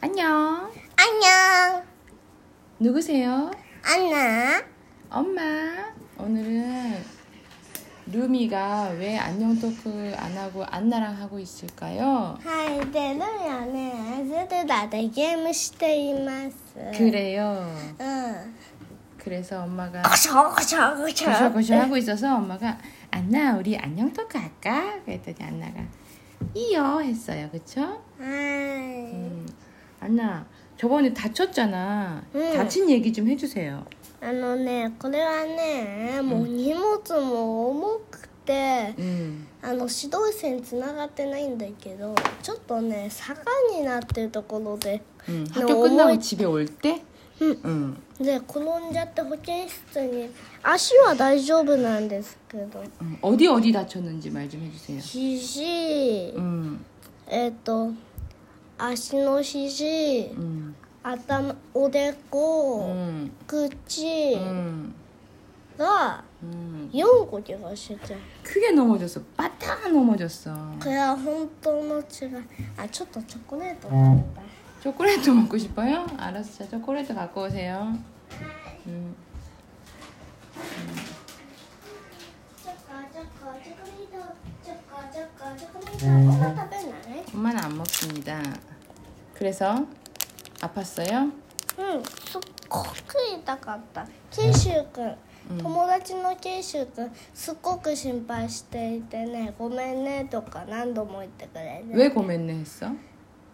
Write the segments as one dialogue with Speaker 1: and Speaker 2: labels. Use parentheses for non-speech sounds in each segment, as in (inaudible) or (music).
Speaker 1: 안녕.
Speaker 2: 안녕.
Speaker 1: 누구세요?
Speaker 2: 안나.
Speaker 1: 엄마. 오늘은 루미가 왜 안녕 토크 안 하고 안나랑 하고 있을까요?
Speaker 2: はい、で、ルミはね、ずるだでゲームしています。
Speaker 1: 네. 그래요.
Speaker 2: うん。
Speaker 1: 그래서 엄마가
Speaker 2: ゴシャゴシャゴシャ。
Speaker 1: 고쇼고쇼 하고 있어서 엄마가 안나 우리 안녕 토크 할까? 그랬더니 안나가 이요 했어요. 그쵸?
Speaker 2: は
Speaker 1: 음, 안나 저번에 다쳤잖아.
Speaker 2: 응.
Speaker 1: 다친 얘기 좀 해주세요.
Speaker 2: い。あのね、これはね、もう荷物も重くて、
Speaker 1: 음.
Speaker 2: あの指導線つながってないんだけど、ちょっとね、坂になってるところで、
Speaker 1: 음,
Speaker 2: 너무
Speaker 1: 학교 끝나고 집에 올 때? 응. 응.
Speaker 2: で、転んじゃって保健室に、足は大丈夫なんですけど、
Speaker 1: 응. 음, 어디 어디 다쳤는지 말 좀 해주세요.
Speaker 2: 肘、
Speaker 1: 음.
Speaker 2: えっ、と足の肘、
Speaker 1: 음.
Speaker 2: 頭おでこ、
Speaker 1: 음.
Speaker 2: 口
Speaker 1: 음.
Speaker 2: が
Speaker 1: 음.
Speaker 2: 4個怪我してて
Speaker 1: 크게 넘어졌어. 빠따 넘어졌어.
Speaker 2: これは本当の違いあちょっとチョコレート食べたい
Speaker 1: 초콜릿 먹고 싶어요? 알았어. 자, 초콜릿 갖고 오세요. 음.
Speaker 2: チョコチョコチョコレートチョコチョコチョコレートこんな食べない
Speaker 1: 엄마는 안 먹습니다. 그래서 아팠어요?
Speaker 2: うんすっごく痛かった慶州くん友達の慶州くんすっごく心配していてねごめんねとか何度も言ってくれて
Speaker 1: 왜 고맨네 했어?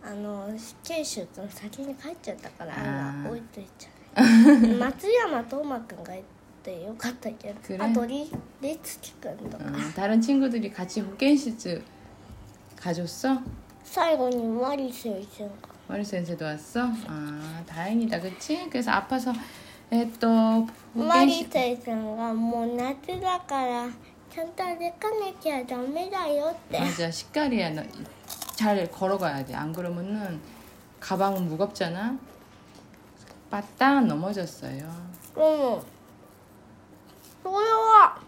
Speaker 2: あの慶州君先に帰っちゃったから
Speaker 1: あー
Speaker 2: あんな置いといちゃ (laughs) う松山斗真君がいてよかったけ
Speaker 1: く
Speaker 2: ど
Speaker 1: れ
Speaker 2: あとり律樹君とか
Speaker 1: 음, 다른 친구들이 같이 호겐시즈 가줬어?
Speaker 2: 最後にマリ先生が
Speaker 1: 머리 센세도 왔어? 아 다행이다 그치? 그래서 아파서 에또
Speaker 2: マリ先生がもう夏だからちゃんと歩かなきゃダメだよって
Speaker 1: 맞아 식가리야 너 잘 걸어가야 돼 안 그러면은 가방은 무겁잖아 빠따 넘어졌어요
Speaker 2: でもそれは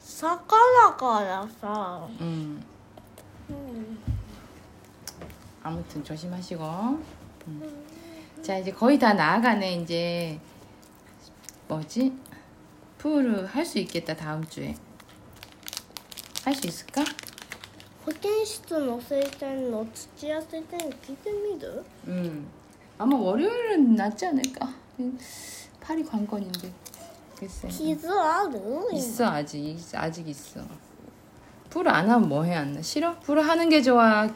Speaker 2: 坂だからさ
Speaker 1: 음. 아무튼 조심하시고. 음. 자 이제 거의 다 나아가네 이제 뭐지 푸르 할 수 있겠다 다음 주에 할 수 있을까?
Speaker 2: 保健室の先生の土屋先生に聞いてみる
Speaker 1: 음 아마 월요일은 낫지 않을까? 음, 파리 관건인데 글쎄
Speaker 2: 傷ある
Speaker 1: 있어 아직 있- 아직 있어 푸르 안 하면 뭐 해 안나 싫어? 푸르 하는 게 좋아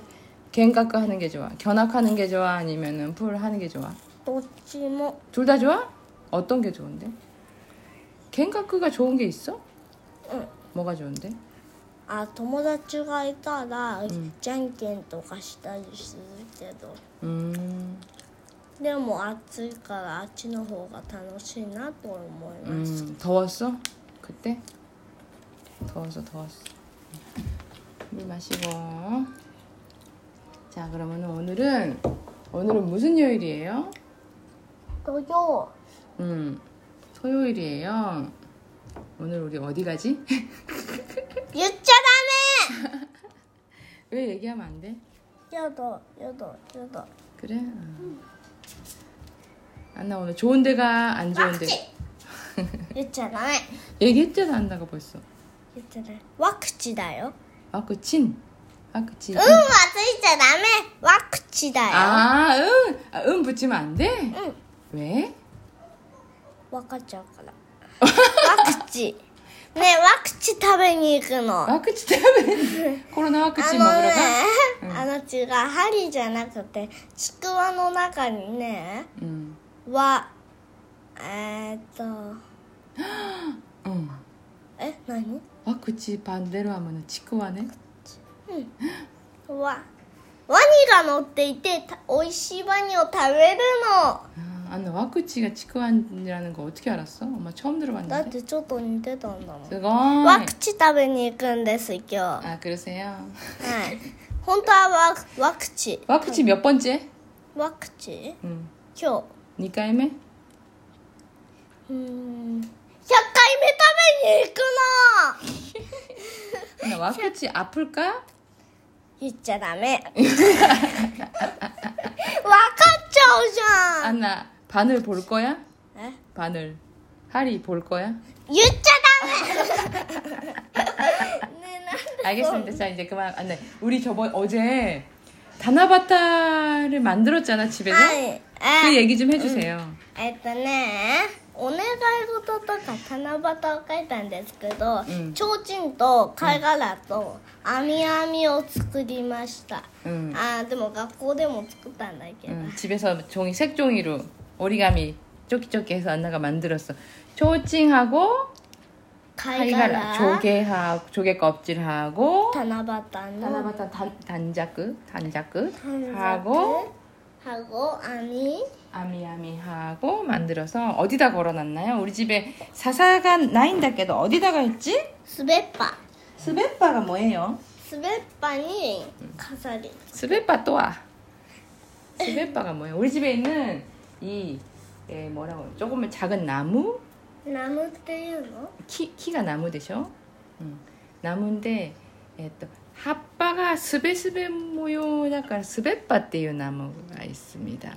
Speaker 1: 갱가크 하는 게 좋아 견학하는 게 좋아 아니면은 푸르 하는 게 좋아
Speaker 2: どっちも
Speaker 1: 둘 다 좋아? 어떤 게 좋은데? 갱가크가 좋은 게 있어?
Speaker 2: 응.
Speaker 1: 뭐가 좋은데?
Speaker 2: あ友達がいたら、
Speaker 1: ん
Speaker 2: じゃんけんとかしたりするけど
Speaker 1: 음
Speaker 2: でも暑いからあっちの方が楽しいなと思います、
Speaker 1: 음, 더웠어? 그때? 더워서 더웠어. 물 마시고. 자, 그러면 오늘은 오늘은 무슨 요일이에요?
Speaker 2: 土曜
Speaker 1: 음, 토요일이에요. 오늘 우리 어디 가지? (laughs)
Speaker 2: 言っちゃ
Speaker 1: 왜 얘기하면 안 돼?
Speaker 2: ダメやだやだやだ
Speaker 1: 그래? 아. 안나 오늘 좋은 데가 안 좋은
Speaker 2: (laughs)
Speaker 1: 데.
Speaker 2: 言っちゃダメ
Speaker 1: 얘기했잖아 안나가 벌써.
Speaker 2: 言っちゃダメワクチだよ
Speaker 1: 와크친. 와크친.
Speaker 2: うんはついちゃダメワクチだよ
Speaker 1: 아, 응. 아, 응 붙이면 안 돼?
Speaker 2: 응.
Speaker 1: 왜?
Speaker 2: 分かっちゃうからワク (laughs) チねえワクチ食べに行くの
Speaker 1: 와크치 때문에 코로나 뭐
Speaker 2: あ
Speaker 1: 와크치
Speaker 2: の
Speaker 1: 먹으러
Speaker 2: ね
Speaker 1: 가? 、
Speaker 2: あの違う、針じゃなくて、ちくわの中にね、
Speaker 1: 응.
Speaker 2: は、えー、っと、
Speaker 1: 응.
Speaker 2: え、何
Speaker 1: 와크치 반대로 하면 치크와네?
Speaker 2: は、ワニが乗っていて、た美味しいワニを食べるの。
Speaker 1: 아, 안나 와크치가 치크와라는 거 어떻게 알았어? 엄마 처음
Speaker 2: だっ
Speaker 1: 들어봤는데.
Speaker 2: てちょっと似てたんだもん。
Speaker 1: 그거.
Speaker 2: ワクチ食べに行くんです、今日。は
Speaker 1: 아 그러세요.
Speaker 2: い。本当はワワクチ。
Speaker 1: 와크치 몇 번째?
Speaker 2: ワクチ
Speaker 1: 응.
Speaker 2: 今日。
Speaker 1: 니까이메?
Speaker 2: うーん。100回目食べに行くの
Speaker 1: 안나 와크치 아플까?
Speaker 2: (laughs) 言っちゃダメ。わか
Speaker 1: 하루나 바늘 볼 거야?
Speaker 2: 에?
Speaker 1: 바늘. 하리 볼 거야?
Speaker 2: (laughs)
Speaker 1: 알겠습니다. 자 이제 그만. 아, 네. 우리 저번 어제 다나바타를 만들었잖아 집에서. 그 얘기 좀 해주세요.
Speaker 2: えっとねお願い事とか七夕を書いたんですけど
Speaker 1: ん
Speaker 2: ちょうちんと貝殻と編み編みを作りました、
Speaker 1: 음,
Speaker 2: あーでも学校でも作ったんだけど、
Speaker 1: 음, 집에서 종이 색종이로 오리가미 쪼끼쪼끼해서 안나가 만들었어. 초칭하고
Speaker 2: 貝殻
Speaker 1: 카이가라 조개하고 조개 껍질하고
Speaker 2: 七夕の
Speaker 1: 다나바타 단 단자크 단자크
Speaker 2: 단자크.
Speaker 1: 하고
Speaker 2: 箱編み
Speaker 1: 아미아미하고 만들어서 어디다 걸어놨나요? 우리 집에 사사가 나인다께도 어디다가 했지?
Speaker 2: スベッパ
Speaker 1: 스베빠가 뭐예요?
Speaker 2: スベッパに飾り
Speaker 1: 스베빠 또아. 스베빠가 뭐예요? 우리 집에 있는 이 에, 뭐라고 조금은 작은 나무
Speaker 2: ラムっていうの
Speaker 1: 키, 키가 나무 되셔. 음, 나무인데 에, 또葉っぱ가 스베스베 모요 약간 스베빠っていう 나무가 있습니다.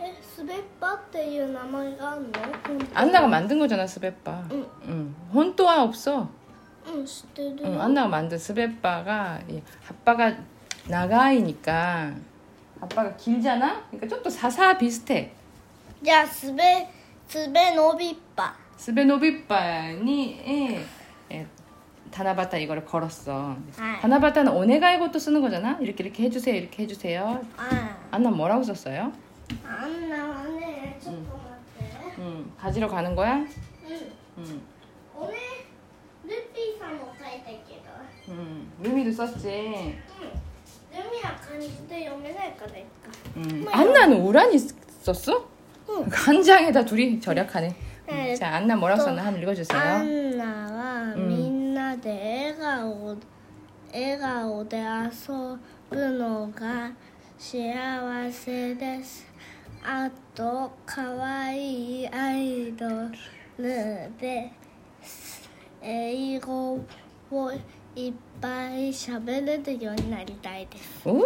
Speaker 2: えスベッパっていう名前があるの本当
Speaker 1: 안나가 만든 거잖아 스베빠.
Speaker 2: 응.
Speaker 1: 응. 혼또아 없어.
Speaker 2: うん知ってるよ、
Speaker 1: 응, 안나가 만든 스베빠가 이 아빠가 나가이니까 아빠가 길잖아. 그러니까 좀더 사사 비슷해.
Speaker 2: じゃあスベスベのびっぱ
Speaker 1: 스베노비빠니 에, 에, 다나바타 이거를 걸었어.
Speaker 2: 아.
Speaker 1: 다나바타는 오네가이 것도 쓰는 거잖아. 이렇게 이렇게 해주세요. 이렇게 해주세요.
Speaker 2: あ
Speaker 1: 안나 뭐라고 썼어요?
Speaker 2: ああんなはねちょっと待っ
Speaker 1: 응. 가지러 가는 거야?
Speaker 2: てうん
Speaker 1: 응.
Speaker 2: 俺ルピーさんも書いたけど
Speaker 1: 응. 루미도 썼지.
Speaker 2: うんルミは漢字で読めないからいっか
Speaker 1: 음, 안나는 우란이 썼어?
Speaker 2: 응.
Speaker 1: 한 장에다 둘이 절약하네.
Speaker 2: 네.
Speaker 1: 음, 자, 안나 뭐라고
Speaker 2: 또 아.
Speaker 1: 썼나 한번 읽어주세요.
Speaker 2: アンナはみんなで笑顔,、笑顔で遊ぶのが幸せですあと可愛いアイドルで英語をいっぱい喋れるようになりたいです
Speaker 1: 오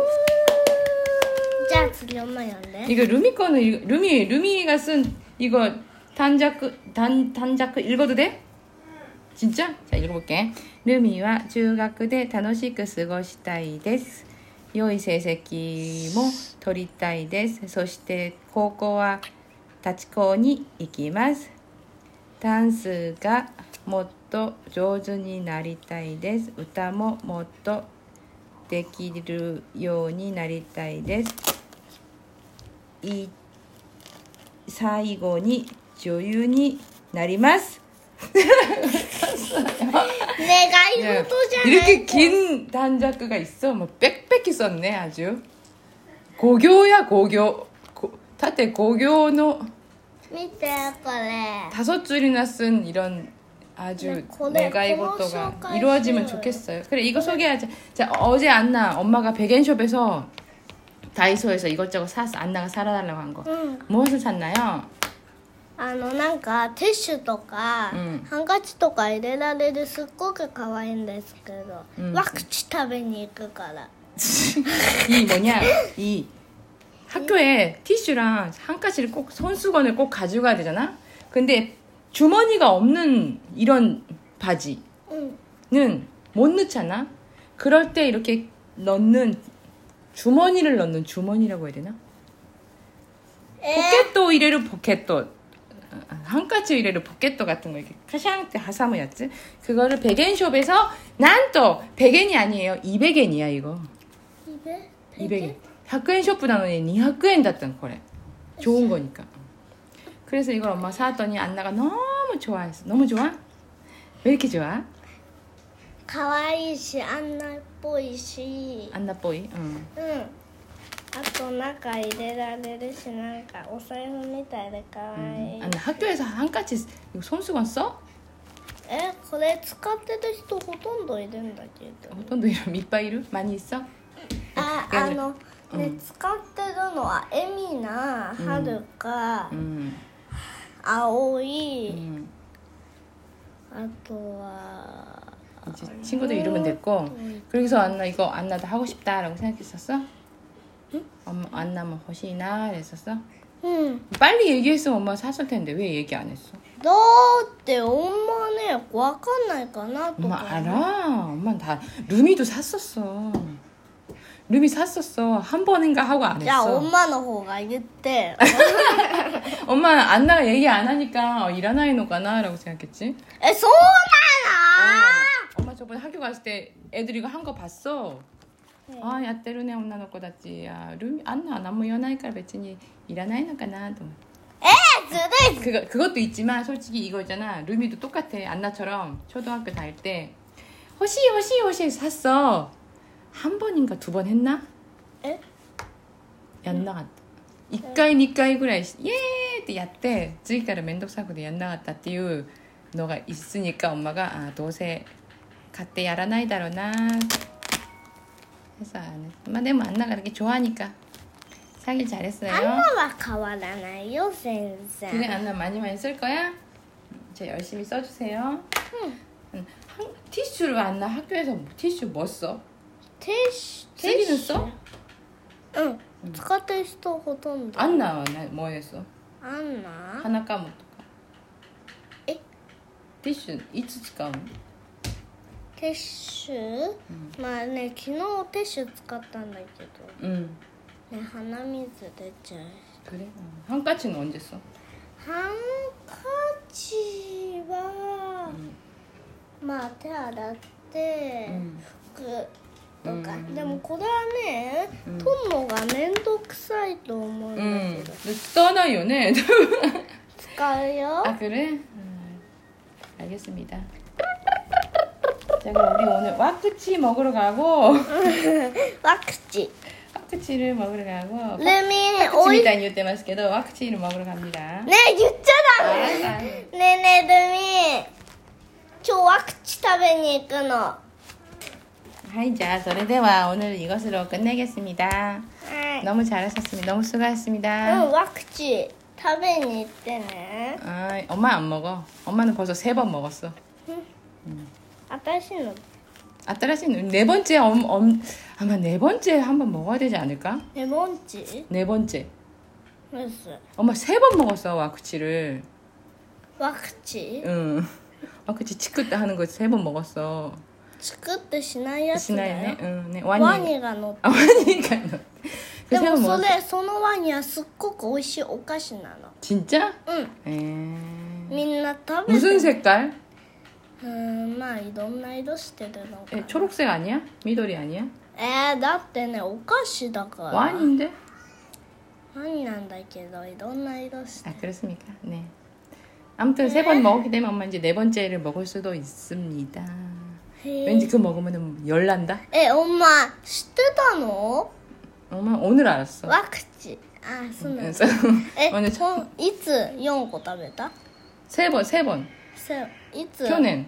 Speaker 2: じゃあ次も読んで
Speaker 1: 이거 루미 거는 읽- 루미 루미가 쓴 이거 단자크 단 단자크 읽어도 돼? 진짜? 자 읽어볼게. 루미와 중학교 대楽しく過ごしたいです. 요이 成績も取りたいです.そして高校は立ち校に行きます. 단스가 もっと上手になりたいです.歌ももっとできるようになりたいです. 이 사이고니 조윤이 나리마스.
Speaker 2: 願い事じゃない
Speaker 1: 예. 이렇게 긴 단자크가 있어. 뭐 빽빽히 썼네 아주. 고교야 고교. 고, 타테 고교의
Speaker 2: 見てこれ
Speaker 1: 다섯 줄이나 쓴 이런 아주
Speaker 2: 네, 고대
Speaker 1: 내가
Speaker 2: 고마워,
Speaker 1: 이것도가
Speaker 2: 수고하셨어요.
Speaker 1: 이루어지면 좋겠어요. 그래 이거 소개하자. 자 어제 안나 엄마가 백엔숍에서 다이소에서 이것저것 사서 안나가 사달라고 한 거.
Speaker 2: 응.
Speaker 1: 무엇을 샀나요?
Speaker 2: あのなんかティッシュとか、
Speaker 1: うん
Speaker 2: ハンカチとか入れられるすっごく可愛いんですけど、ワクチン食べに行くから
Speaker 1: 이 뭐냐 이 학교에 티슈랑 한가지를 꼭 손수건을 꼭 가져가야 되잖아 근데 주머니가 없는 이런 바지는
Speaker 2: うん
Speaker 1: 못 넣잖아 그럴 때 이렇게 넣는 주머니를 넣는 주머니라고 해야 되나
Speaker 2: え
Speaker 1: 포켓도 이래로 포켓도 한가지 이래로 포켓도 같은 거 이렇게 카샹 때 하사무였지 그거를 백엔숍에서 난 또 백엔이 아니에요 200엔이야 이거
Speaker 2: ー、いべ
Speaker 1: 200엔. 100엔 쇼프다노니 200엔 닷던 거래. 좋은 거니까. 그래서 이걸 엄마 사왔더니 안나가 너무 좋아했어. 너무 좋아? 왜 이렇게 좋아?
Speaker 2: 可愛いしあんなっぽいし
Speaker 1: 안나 뽀이. 응.
Speaker 2: うんあと中入れられるしなんかお財布みたいで可愛い、
Speaker 1: 안나 학교에서 한까치 이거 손수건 써?
Speaker 2: えこれ使ってる人ほとんどいるんだけど
Speaker 1: 어떤도 이런 밑바이루 많이 있어?
Speaker 2: ああのね、使ってるのはエミナはるか、
Speaker 1: 음.
Speaker 2: 青い、
Speaker 1: 음.
Speaker 2: あとは
Speaker 1: 이제 친구들 이름은 됐고. 그래서 안나 이거 안나도 하고 싶다라고 생각했었어? 엄마 안나 뭐 호시나 그랬었어?
Speaker 2: ううん。
Speaker 1: 빨리 얘기했으면 엄마 샀을 텐데 왜 얘기 안 했어?
Speaker 2: だって엄마ねわかんないかなと
Speaker 1: 엄마
Speaker 2: か
Speaker 1: 알아. 엄마 다 루미도 샀었어. 루미 샀었어. 한 번인가 하고 안
Speaker 2: じゃあ
Speaker 1: 했어.
Speaker 2: 女の方が言 (laughs) って。
Speaker 1: 엄마 안나가 얘기 안 하니까 어, 일하나이 노가나라고 생각했지.
Speaker 2: え、そうな
Speaker 1: 어, 엄마 저번에 학교 갔을 때 애들 이거 한 거 봤어.
Speaker 2: 네.
Speaker 1: 아, 야떼루네 온나노 꼬다지. 아, 루미 안나 나무 연하니까 배치니 일하나이 노가나.
Speaker 2: のずるい
Speaker 1: 그거 그것도 있지만 솔직히 이거 있잖아. 루미도 똑같아. 안나처럼 초등학교 다닐 때 호시 호시 호시 샀어. 한 번인가 두 번 했나?
Speaker 2: 에?
Speaker 1: 연나갔다. 이까이 니까이 구라 예, 또 야떼. 지기까라 면독사고도 연나갔다. 띠우 너가 있으니까 엄마가 아, 도세 갔대 야라나이다로나. 해서 안 했어. 엄마 내뭐 안나가는 게 좋아하니까. 사길
Speaker 2: あん
Speaker 1: 잘했어요.
Speaker 2: なは変わらないよ、先生。
Speaker 1: 그래 안나 많이 많이 쓸 거야? 제 열심히 써주세요. 응. 한- 티슈를 안나 학교에서 티슈 뭐 써?
Speaker 2: ティッシュ、ティッ
Speaker 1: 쓰기는
Speaker 2: シ
Speaker 1: 써?
Speaker 2: ュ。うん。使ってる人ほとんど。
Speaker 1: 안나 나 뭐에 써?
Speaker 2: あんな
Speaker 1: 하나 까먹.
Speaker 2: 에?
Speaker 1: 티슈 이츠 까먹.
Speaker 2: ティッシュ、まあね、昨日ティッシュ使ったんだけ
Speaker 1: 응.
Speaker 2: ど、ね、鼻水出ちゃう。
Speaker 1: 그래. 어. 한까치는 언제 써?
Speaker 2: ハンカチは、まあ手洗って、服とか、でもこれはね、取るのが面倒くさいと思うんだ
Speaker 1: 응.
Speaker 2: けど、
Speaker 1: 떠나요네.
Speaker 2: 使うよ
Speaker 1: (laughs) 아 그래? 음, 알겠습니다. 자 그럼 우리 오늘 와꾸치 먹으러 가고
Speaker 2: (laughs) ワクチ
Speaker 1: 와꾸치를 먹으러 가고.
Speaker 2: ンルミおい
Speaker 1: 미
Speaker 2: ね
Speaker 1: たいに言ってますけどワクチンを먹으러갑니다
Speaker 2: 言っちゃダメ
Speaker 1: あ
Speaker 2: ねえねえルミ今日ワクチン食べに行くのは
Speaker 1: はいじゃあそれでは오늘이것으로끝내겠습니다
Speaker 2: い
Speaker 1: 너무잘하셨습니다너무수고하셨습니
Speaker 2: うん
Speaker 1: 다
Speaker 2: ワクチン食べに行ってね
Speaker 1: 아, 엄마 안 먹어. 엄마는 벌써 세 번 먹었어.
Speaker 2: 私の
Speaker 1: 아따라신 네 번째 엄, 엄 아마 네 번째 한 번 먹어야 되지 않을까?
Speaker 2: レモンチ
Speaker 1: 네 번째.
Speaker 2: です
Speaker 1: 엄마 세 번 먹었어 와쿠치를.
Speaker 2: ワクチン
Speaker 1: 응. 와쿠치 치크다 하는 거 세 번 먹었어.
Speaker 2: 作ってしないやつだよ
Speaker 1: 시나이네. 응. 네.
Speaker 2: ワ
Speaker 1: 와니.
Speaker 2: ニが乗っ
Speaker 1: 아,
Speaker 2: て
Speaker 1: 와니가. 너. 그
Speaker 2: で
Speaker 1: 세
Speaker 2: も
Speaker 1: 번
Speaker 2: そ
Speaker 1: 먹었어.
Speaker 2: れそのワニはすっごく美味しいお菓子なの
Speaker 1: 진짜?
Speaker 2: う
Speaker 1: 에.
Speaker 2: んみんな食べ
Speaker 1: 무슨
Speaker 2: て
Speaker 1: 색깔?
Speaker 2: うーんまあいろんな色してるのか
Speaker 1: 에, 네, 초록색 아니야? 미도리 아니야?
Speaker 2: えー、だってねお菓子だから
Speaker 1: 와인인데
Speaker 2: ワニなんだけどいろんな色して
Speaker 1: 아 그렇습니까? 네. 아무튼 세 번 먹게 되면 엄마 이제 네 번째를 먹을 수도 있습니다.
Speaker 2: へえ
Speaker 1: 왠지 그거 먹으면 열 난다.
Speaker 2: えお前知ってたの
Speaker 1: 엄마 오늘 알았어.
Speaker 2: ワクチンあそうなんだ
Speaker 1: 그래서
Speaker 2: え
Speaker 1: 오늘
Speaker 2: ほんいつ4個食べた
Speaker 1: 세 번, 세 번.
Speaker 2: せいつ
Speaker 1: 교낸,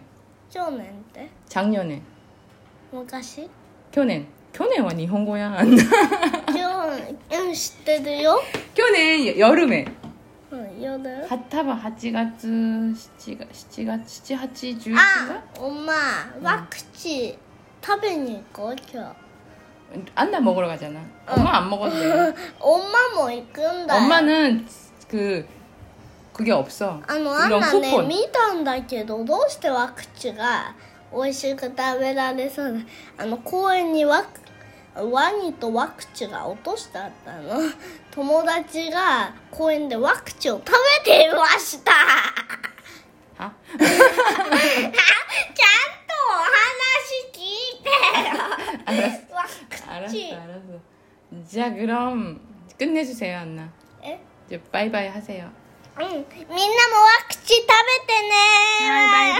Speaker 2: 去年って
Speaker 1: 작년에.
Speaker 2: 昔
Speaker 1: 교낸. 교낸와 일본어야. (laughs)
Speaker 2: 今日うん知ってるよ
Speaker 1: 교낸 여름에.
Speaker 2: うん夜
Speaker 1: 핫타바 8月, 7가, 7가, 7, 8, 10.
Speaker 2: あお前ワクチン食べに行こう今
Speaker 1: 안나 먹으러 가잖아. 엄마 안
Speaker 2: (laughs)
Speaker 1: (laughs) 먹었대.
Speaker 2: 日おまも行くんだよ
Speaker 1: 엄마는 그 그게 없어.
Speaker 2: あのアン
Speaker 1: 이런
Speaker 2: ナね
Speaker 1: 쿠폰.
Speaker 2: 見たんだけどどうしてワクチンが美味しく食べられそうなあの公園にワクワニとワクチンが落としてあったの友達が公園でワクチンを食べていました
Speaker 1: 아,
Speaker 2: ちゃんとお話聞いてよワク
Speaker 1: 알았어,
Speaker 2: チン
Speaker 1: 알았어. 자, 그럼 끝내주세요, 안나.
Speaker 2: え
Speaker 1: 이제 바이바이 하세요.
Speaker 2: うんみんなもワクチン食べてねバイバイ